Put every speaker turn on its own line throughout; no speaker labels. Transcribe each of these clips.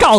告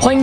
欢迎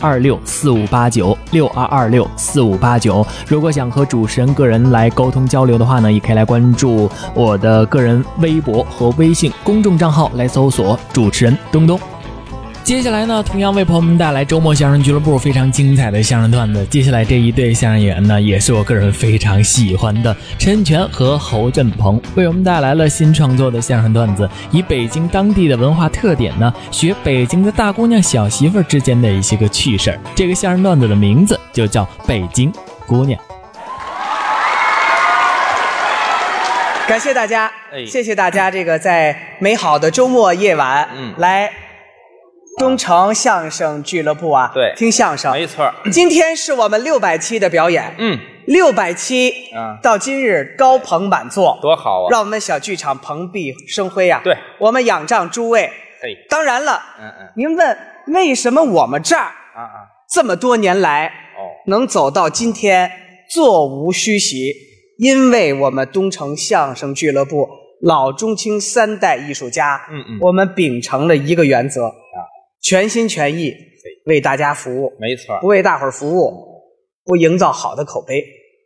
二六四五八九六二二六四五八九。如果想和主持人个人来沟通交流的话呢，也可以来关注我的个人微博和微信公众账号来搜索主持人东东。接下来呢，同样为朋友们带来周末相声俱乐部非常精彩的相声段子。接下来这一对相声演员呢，也是我个人非常喜欢的陈泉和侯振鹏，为我们带来了新创作的相声段子，以北京当地的文化特点呢，学北京的大姑娘小媳妇儿之间的一些个趣事儿。这个相声段子的名字就叫《北京姑娘》。
感谢大家，
哎
谢谢大家这个在美好的周末夜晚，
嗯
来东城相声俱乐部啊，
对
听相声。
没错儿，
今天是我们六百期的表演，
嗯，
六百期
啊
到今日高朋满座，
多好啊！
让我们小剧场蓬荜生辉啊！
对，
我们仰仗诸位。
嘿，
当然了，
嗯嗯
您问为什么我们这儿
啊啊，
这么多年来
哦，
能走到今天，座无虚席，因为我们东城相声俱乐部老中青三代艺术家，
嗯嗯
我们秉承了一个原则啊，全心全意为大家服务，
没错儿
不，为大伙儿服务，不营造好的口碑，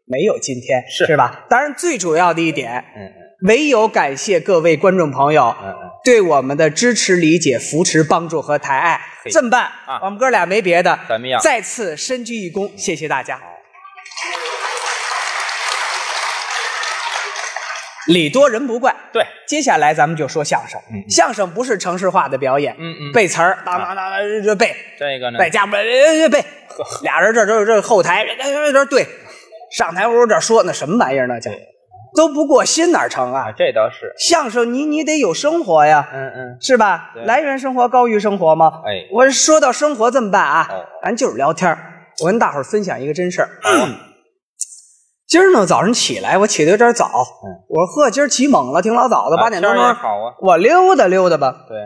没有今天，
是
是吧？当然，最主要的一点，
嗯嗯
唯有感谢各位观众朋友，
嗯嗯，
对我们的支持、理解、扶持、帮助和抬爱。
嘿
这么办
啊
我们哥俩没别的，
怎么样
再次深鞠一躬，谢谢大家。礼多人不怪。
对，
接下来咱们就说相声。
嗯嗯
相声不是城市化的表演，
嗯嗯
背词儿，当当当当就背，
这个呢，
在家呃背背，俩人这这这后台这这对，上台屋这说那什么玩意儿那叫，都不过心哪儿成啊
啊，？这倒是，
相声你你得有生活呀，
嗯嗯，
是吧？
对
来源生活高于生活吗？
哎
我说到生活这么办啊，
哦
咱就是聊天儿我跟大伙儿分享一个真事儿。
嗯
今儿呢，早上起来我起的有点早，
嗯
我说呵，今儿起猛了，挺老早的，
啊
八点多
天儿也
钟。
好啊，
我溜达溜达吧，
对，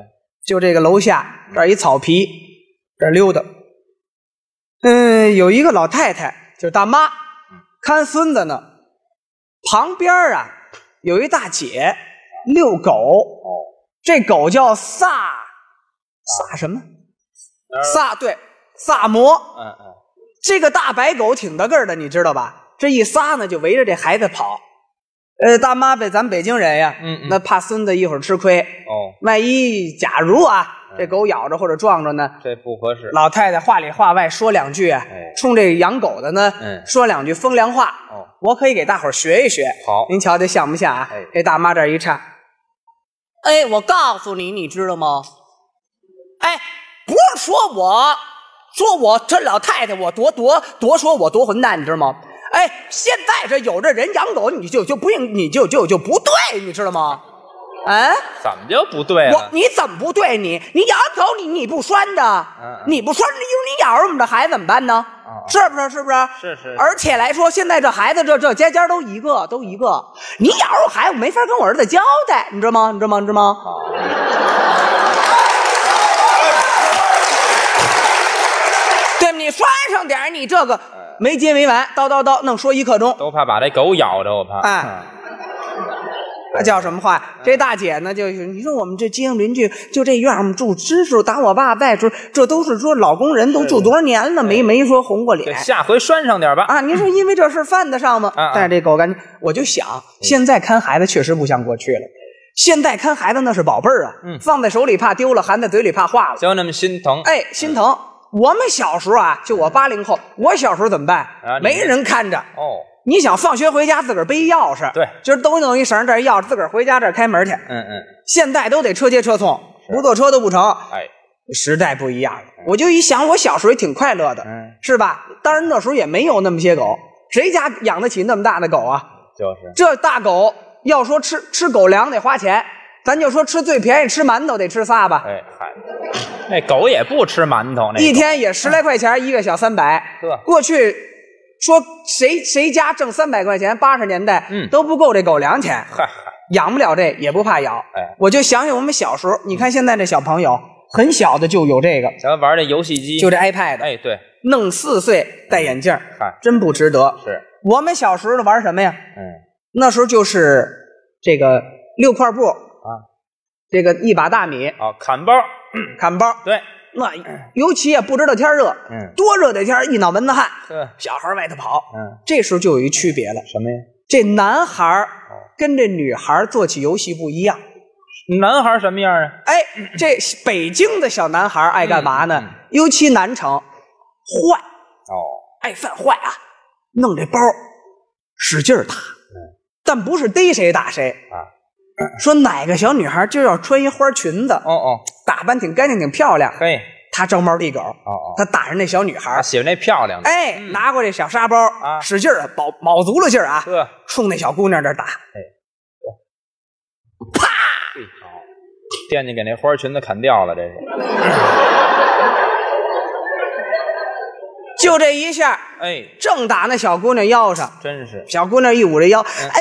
就这个楼下这儿一草皮，这儿溜达。嗯，有一个老太太，就是大妈，看孙子呢。旁边儿啊，有一大姐遛狗，
哦，
这狗叫萨萨什么？
呃
萨对萨摩，
嗯嗯，
这个大白狗挺大个儿的，你知道吧？这一撒呢，就围着这孩子跑。呃，大妈呗，咱北京人呀，
嗯嗯
那怕孙子一会儿吃亏，
哦，
万一假如啊，
嗯
这狗咬着或者撞着呢，
这不合适，
老太太话里话外说两句啊
哎，
冲这养狗的呢，
嗯
说两句风凉话。
哦
我可以给大伙儿学一学。
好
您瞧这像不像啊？
哎
这大妈这一唱，哎，我告诉你，你知道吗？哎，不是说我，说我这老太太，我多多多说我多混蛋，你知道吗？哎，现在这有这人养狗，你就就不应，你就就就不对，你知道吗？哎。
怎么就不对
我
了？
你怎么不对你？你养狗你你不拴着，
嗯嗯
你不拴着，你你咬着我们这孩子怎么办呢？
嗯嗯
是不是？是不是？
是是是
而且来说，现在这孩子这这家家都一个都一个，你咬着我孩子，我没法跟我儿子交代，你知道吗？你知道吗？你知道吗？
哦嗯
对，你拴上点儿你这个没结没完，叨叨叨，弄说一刻钟。
都怕把这狗咬着，我怕。
哎，那叫什么话？
啊
这大姐呢，就是你说我们这街坊邻居就这院儿，我们住支书，打我爸外出，这都是说老工人都住多少年了，没没说红过
这
脸
下回拴上点吧。
啊。您说因为这事儿犯得上吗？
啊嗯啊
但是这狗干净，我就想，现在看孩子确实不像过去了。现在看孩子那是宝贝儿啊，
嗯
放在手里怕丢了，含在嘴里怕化了。
就那么心疼。
哎，心疼。我们小时候啊，就我八零后，我小时候怎么办
啊？你
没人看着，
哦，
你想放学回家自个儿背一钥匙，
对
今儿都弄一绳，这儿一钥匙自个儿回家这儿开门去。
嗯嗯，
现在都得车接车送，不坐车都不成。
哎，
时代不一样了，我就一想，我小时候也挺快乐的，
嗯
是吧？当然那时候也没有那么些狗，谁家养得起那么大的狗啊？
就是
这大狗要说吃吃狗粮得花钱，咱就说吃最便宜吃馒头得吃仨吧，
哎嗨，那狗也不吃馒头，那
一
狗
天也十来块钱，一个小三百
呵。
过去说谁谁家挣三百块钱，八十年代
嗯
都不够这狗粮钱，
嗨嗨，
养不了这也不怕咬。
哎
我就想想我们小时候，你看现在这小朋友很小的就有这个，
咱玩这游戏机，
就这 iPad，
嗯哎对，
弄四岁戴眼镜儿，
嗨
真不值得。
是，
我们小时候玩什么呀？
嗯
那时候就是这个六块布
啊，
这个一把大米
哦，砍包，
砍包，
对，
那尤其也不知道天儿热，
嗯
多热的天儿一脑门子汗，
呵，
小孩儿外头跑，
嗯，
这时候就有一区别了。
什么呀？
这男孩儿跟这女孩儿做起游戏不一样。
男孩什么样啊？
哎，这北京的小男孩儿爱干嘛呢？
嗯嗯
尤其南城，坏，
哦，
爱犯坏啊，弄这包儿使劲儿打，但不是逮谁打谁
嗯啊。
说哪个小女孩儿就要穿一花裙子，
哦哦，
打扮挺干净、挺漂亮，
嘿，
他招猫递狗，
哦哦，
他打人那小女孩
啊
儿。
喜欢那漂亮的，
哎，拿过这小沙包儿
嗯啊
使劲儿卯卯足了劲儿啊，
呵，
冲那小姑娘这儿打。
嘿好惦记给那花裙子砍掉了，这是，
就这一下，
哎，
正打那小姑娘腰上，
真是，
小姑娘一捂着腰，
嗯
哎，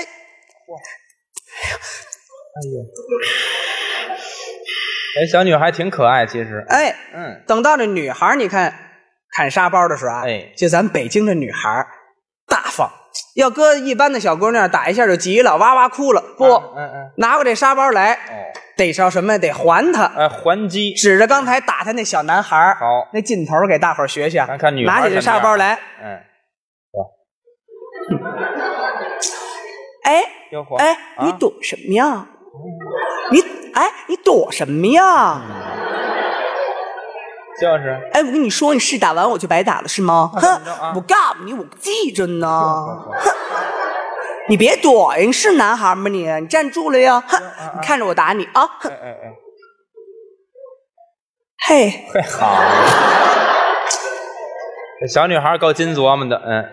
哎，小女孩挺可爱，其实，
哎，
嗯，
等到这女孩儿，你看砍沙包的时候啊，
哎
就咱北京的女孩儿大方，要搁一般的小姑娘打一下就急了，哇哇哭了。不，
啊嗯嗯，
拿过这沙包来，
哦，
得叫什么？得还她。
哎，还击，
指着刚才打她那小男孩儿
好
那劲头儿给大伙儿学学。
咱看女孩
拿起这
什么
沙
样
包来，
嗯，
哎
哟呵，
哎，
啊
你躲什么呀？你哎，你躲什么呀？
就是，
哎，我跟你说，你是打完我就白打了是吗？
那怎么着啊
我告诉你，我记着呢。你别躲呀，你是男孩吗你？你站住了呀！哼，你看着我打你啊！哼
哎哎哎，
嘿，
嘿，好，这小女孩够金琢磨的，嗯，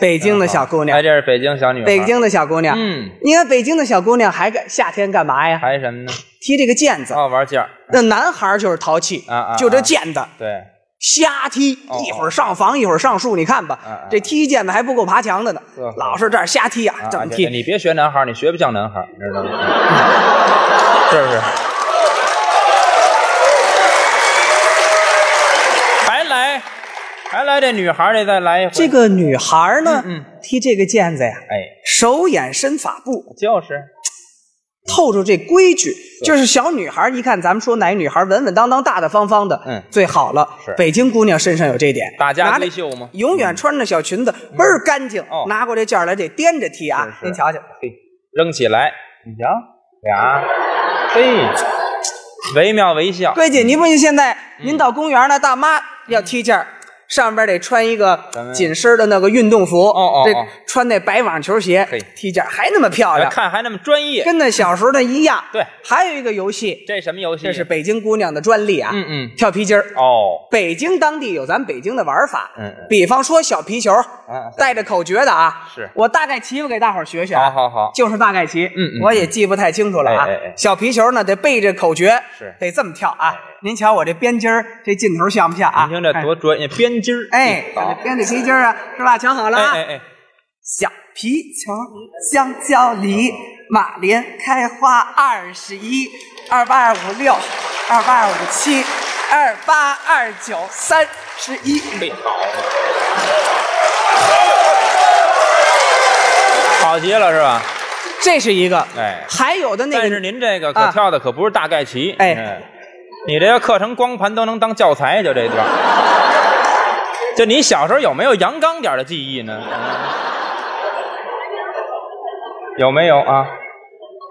北京的小姑
哎，
娘，
这是北京小女孩，
北，京的小姑娘，
嗯，
你看北京的小姑娘还干夏天干嘛呀？
还什么呢？
踢这个毽子。
哦，玩毽儿，
那男孩就是淘气
啊啊
就这毽子
对，
瞎踢，
哦
一会儿上房，一会儿上树，你看
啊
吧
啊，
这踢毽子还不够爬墙的呢
呵呵，
老是这儿瞎踢啊
啊，
这么
哎
踢。
你别学男孩儿，你学不像男孩儿，你知道吗？ 是不是？还来，还来这女孩儿得再来一回。
这，个女孩呢
嗯嗯，
踢这个毽子呀，
哎，
手眼身法步，
就是
透着这规矩，就是小女孩一看咱们说哪女孩稳稳当当、大大方方的，
嗯
最好了。
是
北京姑娘身上有这点，
打
拿
架
着
闺秀嘛。
永远穿着小裙子倍儿干净
哦，
拿过这件儿来得掂着踢啊
是，是
您瞧瞧，
嘿，扔起来，你瞧，俩，嘿，惟妙惟肖。
闺姐，您不信现在
嗯
您到公园那大妈要踢毽儿。上边得穿一个
咱们
紧身的那个运动服，
哦哦
这
哦
穿那白网球鞋
嘿，
踢毽儿还那么漂亮，
哎看还那么专业，
跟那小时候的一样。
对
还有一个游戏，
这什么游戏？
这是北京姑娘的专利啊，
嗯嗯，
跳皮筋儿。
哦，
北京当地有咱北京的玩法，
嗯嗯
比方说小皮球，
嗯
带着口诀的啊，
是
我大概齐，我给大伙儿学学啊，
好好好，
就是大概齐，
嗯嗯
我也记不太清楚了啊。
哎哎哎
小皮球呢得背着口诀，
是哎
得这么跳啊。您瞧我这边筋儿，这劲头像不像啊？
您听这多专业，编筋儿，
哎，
好
哎，编着皮筋儿啊，是吧？瞧好了啊，
哎哎哎，
小皮球，香蕉梨，马莲开花二十一，二八二五六，二八二五
哎
七，二八二九三十一。
嘿，好，好极了是吧？
这是一个。
哎
还有的那
但是
个，
您这个
啊
可跳的可不是大概齐，
哎
嗯，你这个课程光盘都能当教材，就这段儿。就你小时候有没有阳刚点儿的记忆呢？嗯有没有啊？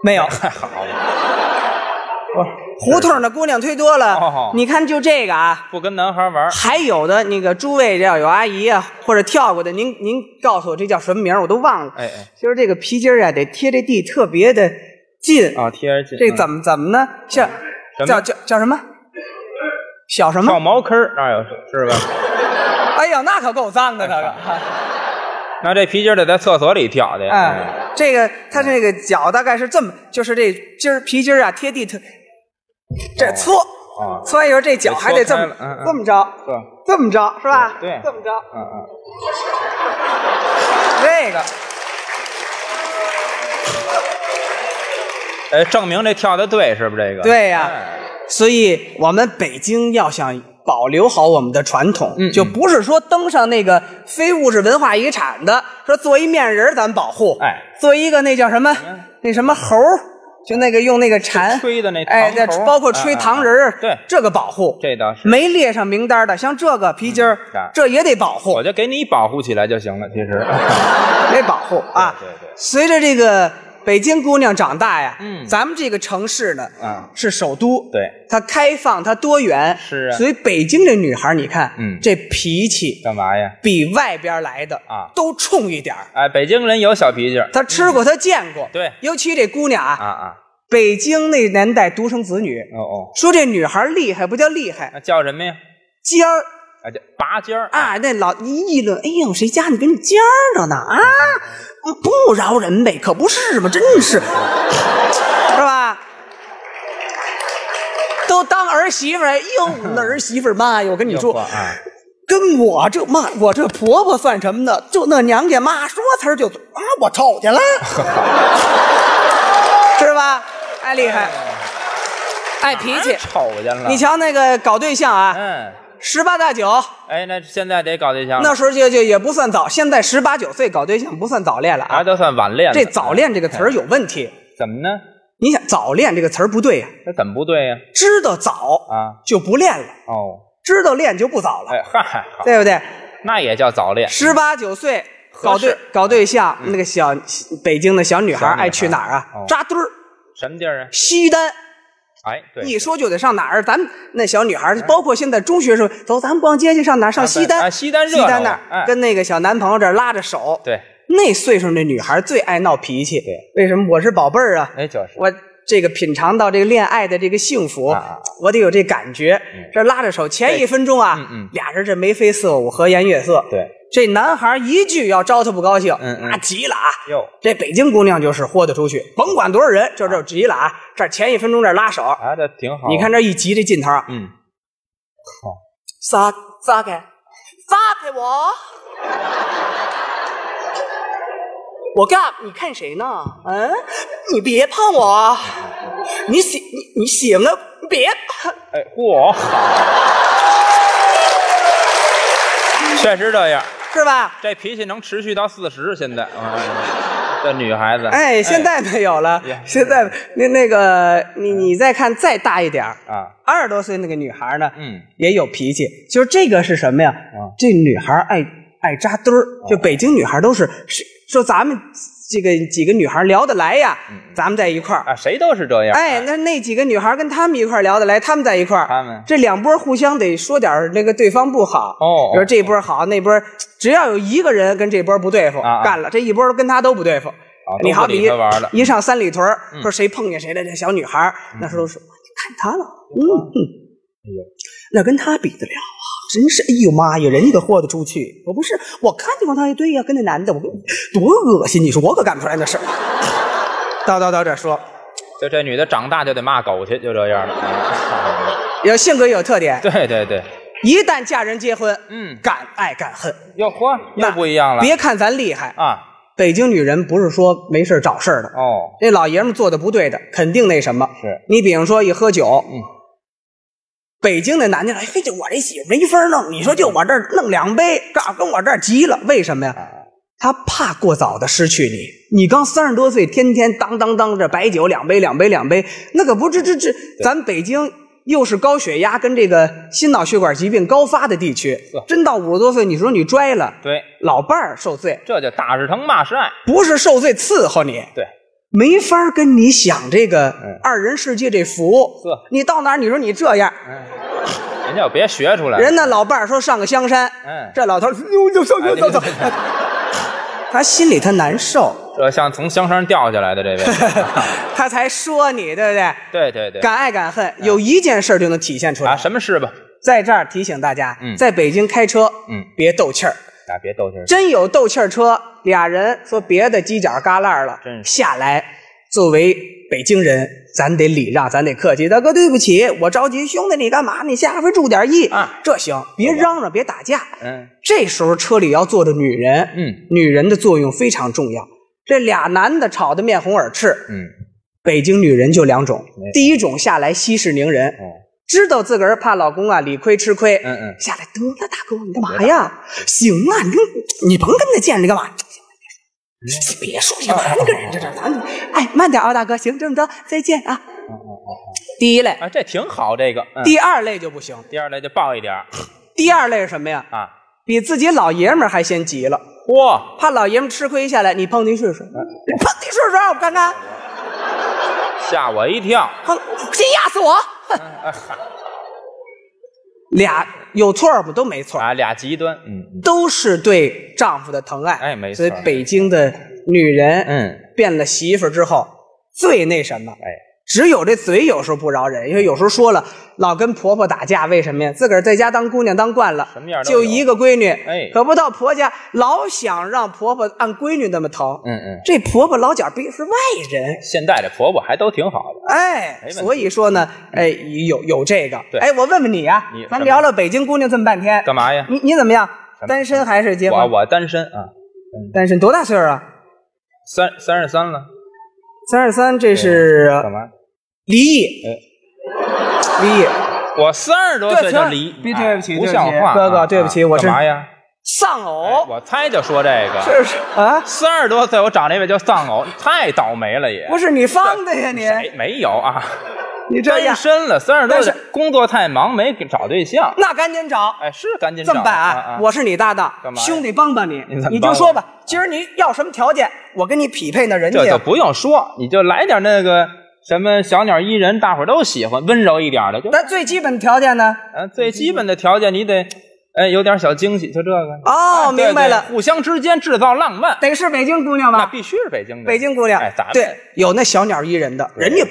没有。
太好了，
胡同的姑娘忒多了
哦，
你看就这个啊，
不跟男孩 玩儿，
还有的那个诸位要有阿姨啊，或者跳过的，您您告诉我这叫什么名儿我都忘了。
哎哎，
就是这个皮筋儿啊，得贴这地特别的近
啊，贴着近，
这
嗯
怎么怎么呢？像
什么
叫叫叫什么？小什么？
跳茅坑儿那有是吧？
哎呀，那可够脏的那个。
哎那这皮筋儿得在厕所里跳的，嗯
哎，这个它这个脚大概是这么，就是这筋儿皮筋儿啊贴地特，这搓
哦
搓完以后这脚还得这
给
么
搓开了嗯嗯
这么着，
是吧
这么着是吧？
对对
这么着，
嗯 嗯，
这个
哎，证明这跳的对是不是这个？
对呀
哎
所以我们北京要想保留好我们的传统，
嗯嗯
就不是说登上那个非物质文化遗产的，说做一面人儿咱保护，
哎，嗯
做一个那叫什么那什么猴儿，就那个用那个蝉
吹的那
哎，对
糖猴儿啊
包括吹糖人儿
哎哎哎对
这个保护，
这倒是
没列上名单的，像这个皮筋儿
嗯啊，
这也得保护
我，就给你保护起来就行了，其实。
得保护啊。
对对对
随着这个北京姑娘长大呀，
嗯
咱们这个城市呢，
啊
是首都，
对，
它开放，它多元，
是啊
所以北京这女孩，你看，
嗯
这脾气
干嘛呀？
比外边来的
啊
都冲一点儿
哎，北京人有小脾气儿。
她吃过，她见过，
对
尤其这姑娘
啊
啊，
啊，
北京那年代独生子女，
哦哦，
说这女孩厉害不叫厉害，
那叫什么呀？
尖儿。
啊，叫拔尖儿。哎
啊，那老一议论，哎呦，谁家你跟你尖儿着呢啊？不饶人呗，可不是嘛，真是， 是吧？都当儿媳妇儿，哎呦，那儿媳妇儿妈呀，我跟你
又
说
说，啊，
跟我这妈，我这婆婆算什么呢？就那娘家妈，说词儿就啊，我瞅见了， 是吧？哎，厉害，爱脾气。
瞅见了。
你瞧那个搞对象啊，
嗯，
十八大九，
哎，那现在得搞对象了，
那时候就就也不算早，现在十八九岁搞对象不算早恋了
啊，
啊。
都算晚恋了。
这早恋这个词儿有问题，
怎么呢？
你想早恋这个词儿不对呀、
那怎么不对呀？
知道早
啊
就不恋了，
哦，
知道恋就不早了，
哎嗨，好
对不对？
那也叫早恋。
十八九岁搞
合适嗯
对搞对象，那个小北京的小女孩
小女孩
爱去哪儿啊
哦？
扎堆儿，
什么地儿啊？
西单。
哎，对，嗯
一说就得上哪儿？咱们那小女孩儿，包括现在中学生，走，咱们逛街去，上哪儿？上
啊
西单。
啊西单热
西
闹
单那
哎
儿，跟那个小男朋友这儿拉着手。
对，
那岁数那女孩最爱闹脾气。
对，
为什么？我是宝贝儿啊！
哎就是
我这个品尝到这个恋爱的这个幸福，
啊啊啊
我得有这感觉。这拉着手前一分钟啊，
嗯嗯
俩人这眉飞色舞，和颜悦色。
对，
这男孩一句要招她不高兴，
嗯嗯
那急了啊！
哟
这北京姑娘就是豁得出去，甭管多少人，这就急了啊！这儿前一分钟这儿拉手，
啊，这挺好。
你看，这一急这劲头啊，
嗯，
撒撒开，撒开我！我干，你看谁呢？嗯，你别碰我！你醒，你你醒啊！别，
哎，嚯，确实这样。
是吧？
这脾气能持续到四十，现在啊，这女孩子，
哎，现在没有了
呀。
现在那那个，你你再看再大一点儿
啊，
二十多岁那个女孩呢，
嗯，
也有脾气。就是这个是什么呀？这女孩爱爱扎堆儿，就北京女孩都是是说咱们这个几个女孩聊得来呀，咱们在一块儿。
啊，谁都是这样，
哎，那那几个女孩跟她们一块儿聊得来，她们在一块儿，
她们
这两波互相得说点儿那个对方不好，
哦
比如这波好，那波只要有一个人跟这波不对付，
啊啊
干了这一波跟他都不对付。
都
你好
不理
比一
他玩了嗯
一上三里屯儿，说谁碰见谁了，这小女孩儿那时候说，你看她了，嗯嗯，
哎
那跟他比得了啊？真是，哎呦妈呀，人家可豁得出去。我不是，我看见过他，对呀、跟那男的，我多恶心！你说我可干不出来那事儿。 叨叨叨这说，
就这女的长大就得骂狗去，就这样了。啊
有性格有特点，
对对对，
一旦嫁人结婚，
嗯
敢爱敢恨，
又嚯，又
那
不一样了，
别看咱厉害，
啊，
北京女人不是说没事儿找事儿的，
哦，
这老爷们做的不对的，肯定那什么。
是
你比方说一喝酒，嗯，北京那男的说：“哎，嘿，这我这媳妇没法弄，你说就我这儿弄两杯，告跟我这儿急了，为什么
啊
呀？他怕过早的失去你。你刚三十多岁，天天当当当这白酒两杯两杯两杯，那可不这这这，咱北京又是高血压跟这个心脑血管疾病高发的地区，真到五十多岁，你说你拽了，
对，
老伴儿受罪，
这叫打是疼，骂是爱。
不是受罪伺候你，
对，嗯
没法跟你享这个二人世界这福。
是
你到哪儿你说你这样，
哎人家别学出来，
人那老伴儿说上个香山，
嗯哎
这老头儿呦呦走走走走， 他心里他难受，
这像从香山上掉下来的这 位，
他才说你对不对？
对啊对对，
敢爱敢恨，有一件事儿就能体现出
啊，
来。
什么事吧？
在这儿提醒大家，
嗯
在北京开车，
嗯
别斗气儿。
大家别斗气儿，
真有斗气儿车，俩人说别的犄角旮旯了
真，是
下来，作为北京人，咱得礼让，咱得客气。大哥，对不起，我着急，兄弟，你干嘛？你下回注点意
啊
这行，别嚷嚷，别打架。
嗯，
这时候车里要坐着女人，
嗯，
女人的作用非常重要。这俩男的吵得面红耳赤，
嗯，
北京女人就两种，第一种下来息事宁人，知道自个儿怕老公啊理亏吃亏，
嗯嗯
下来得了，大哥，你干嘛呀？行啊，你跟你甭跟他见着干嘛？别说你干嘛跟人这这，咱哎慢点啊，大哥，行，这么着，再见啊。第一类，
啊，这挺好，这个。嗯
第二类就不行。
第二类就爆一点儿
第二类是什么呀？
啊，
比自己老爷们儿还先急了，
嚯，
怕老爷们儿吃亏下来，你碰您试试，你碰您试试，我看看，
吓我一跳。
碰，先压死我。哼俩有错儿不？都没错儿。
啊，俩极端，嗯嗯
都是对丈夫的疼爱。
哎没错
所以北京的女人，
嗯，
变了媳妇儿之后最那什么，
哎，
只有这嘴有时候不饶人，因为有时候说了老跟婆婆打架，为什么呀？自个儿在家当姑娘当惯了，
什么样都有
就一个闺女，
哎
可不到婆家老想让婆婆按闺女那么疼，
嗯嗯
这婆婆老觉逼是外人。
现在这婆婆还都挺好的，
哎
没，问题嗯
所以说呢，哎，有有这个，
对
哎，我问问你啊
你，
咱
干嘛
聊聊北京姑娘这么半天，
干嘛呀？
你你怎么样？
么
单身还是结婚？
我我单身啊，
单身多大岁数啊？
三三十三了，
三十三，这是
干嘛？
离异，
哎
离异，
我三十多岁
对
就
行
离，
别
哎
对不起
不
对不
像
起
话啊，
哥哥
啊
对不起我
干嘛
是
呀？
丧
哎
偶，
我猜就说这个，
这是啊？
三十多岁我找那位叫丧偶，太倒霉了也。
不是你放的呀你？
哎谁没有啊？
你这
单
样，
身了，三十多岁
但，
工作太忙没给找对象。
那赶紧找。
哎，是赶紧
这么办
啊啊！
我是你搭档
干，嘛呀
兄弟帮帮你
你怎么，
你
帮
就
我
说吧，今儿你要什么条件，我给你匹配那人
这就
家。
不用说，你就来点那个什么小鸟依人，大伙儿都喜欢，温柔一点的。就
那最基本条件呢？
嗯，最基本的条件你得，哎，有点小惊喜，就这个。
哦
哎对
明白
对
了
互相之间制造浪漫，
得是北京姑娘
那
吧？
必须是北京的。
北京姑娘
哎，咱们
对，有那小鸟依人的，
对
人家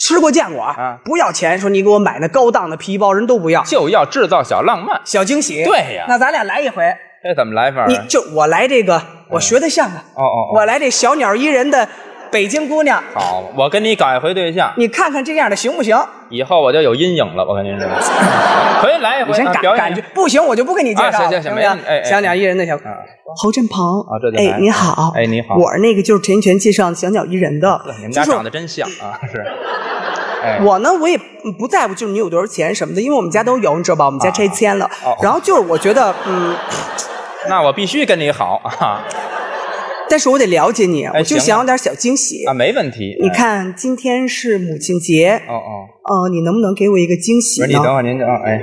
吃过见过啊
啊，
不要钱，说你给我买那高档的皮包，人都不要。
就要制造小浪漫，
小惊喜。
对呀
那咱俩来一回，
这怎么来法儿啊？
你就我来这个，我学得像啊，
哦哦哦
我来这小鸟依人的北京姑娘，
好，我跟你搞一回对象，
你看看这样的行不行？
以后我就有阴影了。我跟 您说，可以来一回
你先
啊
感
表演
感觉不行，我就不给你介绍了，
啊行行行
不
没问题哎哎
小鸟依人的小
啊
侯振鹏
啊这就来
哎，你好，
哎你好
我那个就是陈全介绍的小鸟依人的，
你们
就
家
是
长得真像啊，是。哎，
我呢，我也不在乎，就是你有多少钱什么的，因为我们家都有，你知道吧？我们家拆迁了
哦，
然后就是我觉得，嗯，
那我必须跟你好啊
但是我得了解你，我就
行
想
啊
要点小惊喜
啊，。没问题。
你
哎，
看，今天是母亲节，
哦哦，
哦，你能不能给我一个惊喜
不
呢？
是你等会儿您就啊，哎，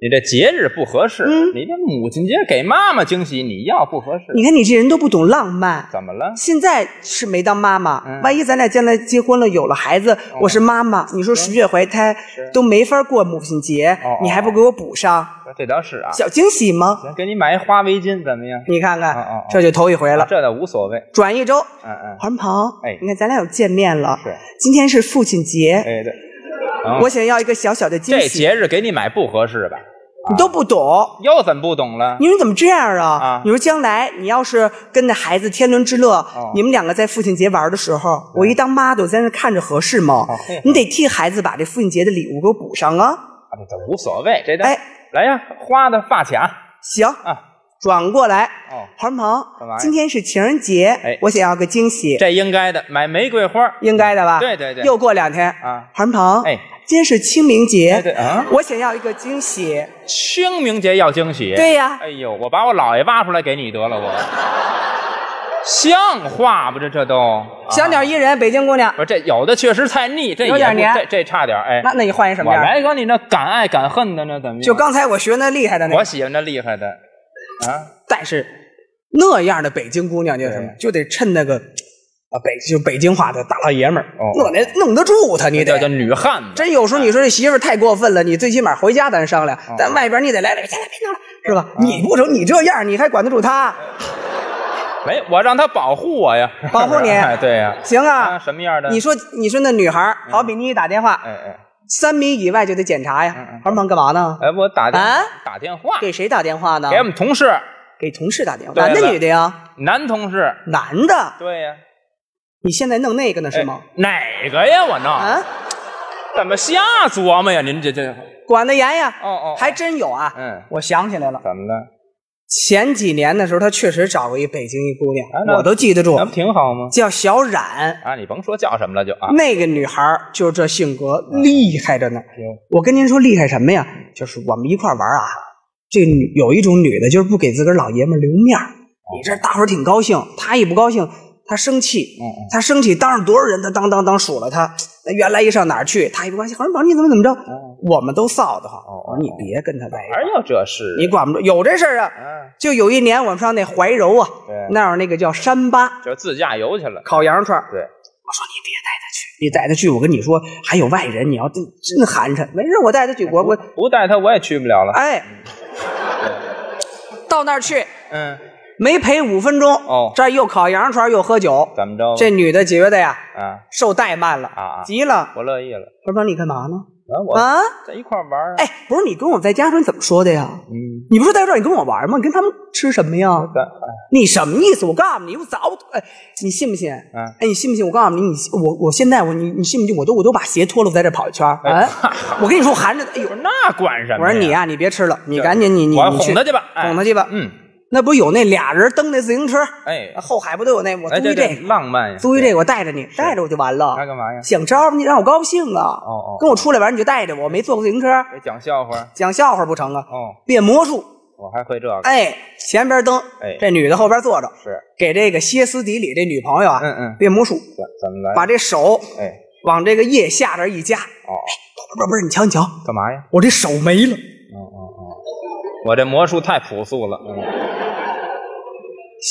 你这节日不合适，你这母亲节给妈妈惊喜，你要不合适，
嗯你看你这人都不懂浪漫。
怎么了？
现在是没当妈妈，
嗯哦
万一咱俩将来结婚了，有了孩子，我是妈妈，你说十月怀胎都没法过母亲节，
哦哦
你还不给我补上
这倒是啊，
小惊喜吗？
行，给你买一花围巾怎么样？
你看看，
哦哦哦
这就头一回了。
啊这倒无所谓。
转一周，
嗯嗯，
黄鹏，
哎
你看咱俩有见面了，
是
今天是父亲节，
哎对，
我想要一个小小的惊
这
喜，
节日给你买不合适吧？
你都不懂。
又怎么不懂了？
你说你怎么这样啊？
啊
你说将来你要是跟那孩子天伦之乐，
哦
你们两个在父亲节玩的时候，我一当妈的，我在那看着合适吗？
嘿
你得替孩子把这父亲节的礼物给我补上啊！
啊这无所谓，这都
哎
来呀，花的发卡
行，
啊，
转过来，
哦
黄鹏
干嘛呀，
今天是情人节，
哎
我想要个惊喜，
这应该的，买玫瑰花
应该的吧？
对对对
又过两天
啊
黄鹏，
哎，
今天是清明节，
哎对啊
我想要一个惊喜。
清明节要惊喜。
对呀
哎呦，我把我姥爷挖出来给你得了，我像话不？这这都
小鸟依
啊
人，北京姑娘
不，是这有的确实太腻，这也
有点
不
黏
这这差点儿哎。
那那你换一什么
我
样？
来一个你那敢爱敢恨的那怎么样？
就刚才我学那厉害的那
我
个，
喜欢那厉害的啊，
但是那样的北京姑娘就什么，
对
就得趁那个啊北就北京话的大老爷们儿
哦，
弄得弄得住他，你
这叫叫
得。
女汉子。
真有时候你说这媳妇儿太过分了，你最起码回家咱商量
哦，
咱外边你得来来，别别闹了，是吧？你不成，你这样你还管得住她？
哎没，我让他保护我呀，
保护你
哎，对呀。
行
啊，嗯
啊，
什么样的？
你说你说那女孩儿，好比你打电话，
哎哎
三米以外就得检查
嗯
呀
嗯。
我说忙干嘛呢？
哎，我打电
啊
打电话
给啊谁打电话呢？
给我们同事，
给同事打电话，
对
男的
了
女的呀？
男同事。
男的。
对呀，
你现在弄那个呢
哎
是吗？？
哪个呀？我弄
啊，
怎么瞎琢磨呀？您这这
管得严呀。
哦哦
还真有啊。
嗯
我想起来了，
怎么了？
前几年的时候，他确实找过一北京一姑
啊那
娘，我都记得住
那，不挺好吗？
叫小冉。
啊，你甭说叫什么了，就啊，嗯
那个女孩儿就是这性格，厉害着呢。
行
我跟您说厉害什么呀？就是我们一块儿玩啊，这女有一种女的，就是不给自个儿老爷们留面儿
哦
你这大伙儿挺高兴，她一不高兴，她生气，
嗯
她生气，当着多少人，她当当当数了她。那原来一上哪儿去，她一不高兴，好像宝你怎么怎么着，
嗯
我们都臊得慌。
哦
我说你别跟她在一块
哪
儿，
有这事？
你管不住，有这事儿啊。
啊，
就有一年我们上那怀柔啊
对，
那儿那个叫山巴
就自驾游去了。
烤羊肉串儿，
对，
我说你别带他去，你带他去，我跟你说，还有外人，你要真真寒碜，没事，我带他去，我我
哎不带他我也去不了了。
哎，到那儿去
嗯，
没陪五分钟，
哦
这儿又烤羊肉串又喝酒，
怎么着吧？
这女的觉得呀
啊，
受怠慢了，
啊啊
急了，
不乐意了。
我说帮你干嘛呢？
啊，我
啊，
在一块儿玩儿啊。
哎，不是你跟我在家时候你怎么说的呀？
嗯，
你不是在这儿你跟我玩吗？你跟他们吃什么呀？
咱哎
你什么意思？我告诉你，我早哎，你信不信？
啊
哎，你信不信？我告诉你，你我我现在我你你信不信？我都我都把鞋脱了，我在这跑一圈儿。哎，我跟你说，寒碜的。哎呦，
那管什么呀？
我说你啊 呀、你别吃了，你赶紧你你
我
你
哄
去
他去吧，哎
哄他去吧。
嗯，
那不有那俩人蹬那自行车？
哎
后海不都有那？我
哎，
啊租一
这
这个，
浪漫呀，
租一这个，我带着你，带着我就完了。
那干嘛呀
想招呼你，让我高兴啊！
哦哦
跟我出来玩，你就带着我，没坐过自行车，
对，讲笑话，
讲笑话不成啊？
哦，
变魔术，
我还会这个，
哎，前边蹬，
哎
这女的后边坐着，
是
给这个歇斯底里这女朋友啊，
嗯嗯
变魔术，
怎怎么来？
把这手
哎，
往这个腋下这儿一夹，
哦，
不是不是，你瞧你瞧，
干嘛呀？
我这手没了，
我这魔术太朴素了，嗯，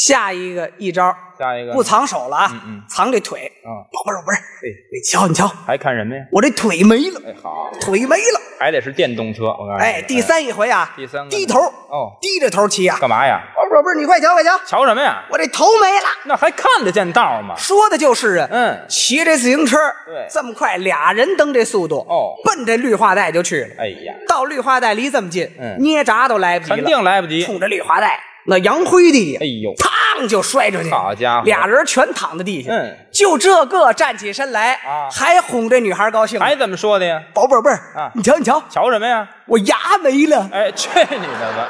下一个一招
下一个
不藏手了啊，
嗯嗯
藏这腿，
啊，
不是不是，你瞧你瞧，
还看什么呀？
我这腿没了，
哎，好，
腿没了，
还得是电动车，我告诉你，
哎，第三一回啊，
第三个
低头
哦
低着头骑啊，
干嘛呀？
不是不是，你快瞧快瞧，
瞧什么呀？
我这头没了，
那还看得见道吗？
说的就是啊，
嗯，
骑这自行车，
对
这么快，俩人蹬这速度，
哦
奔这绿化带就去了。
哎呀，
到绿化带离这么近，
嗯
捏闸都来不及了，
肯定来不及，
冲着绿化带那扬灰地，
哎呦，
嘡就摔出去，
好家伙
俩人全躺在地下，
嗯，
就这个站起身来
啊
还哄这女孩高兴呢，
还怎么说的呀？
宝贝儿贝儿
啊
你瞧你瞧，
瞧什么呀？
我牙没了，
哎，去你的吧！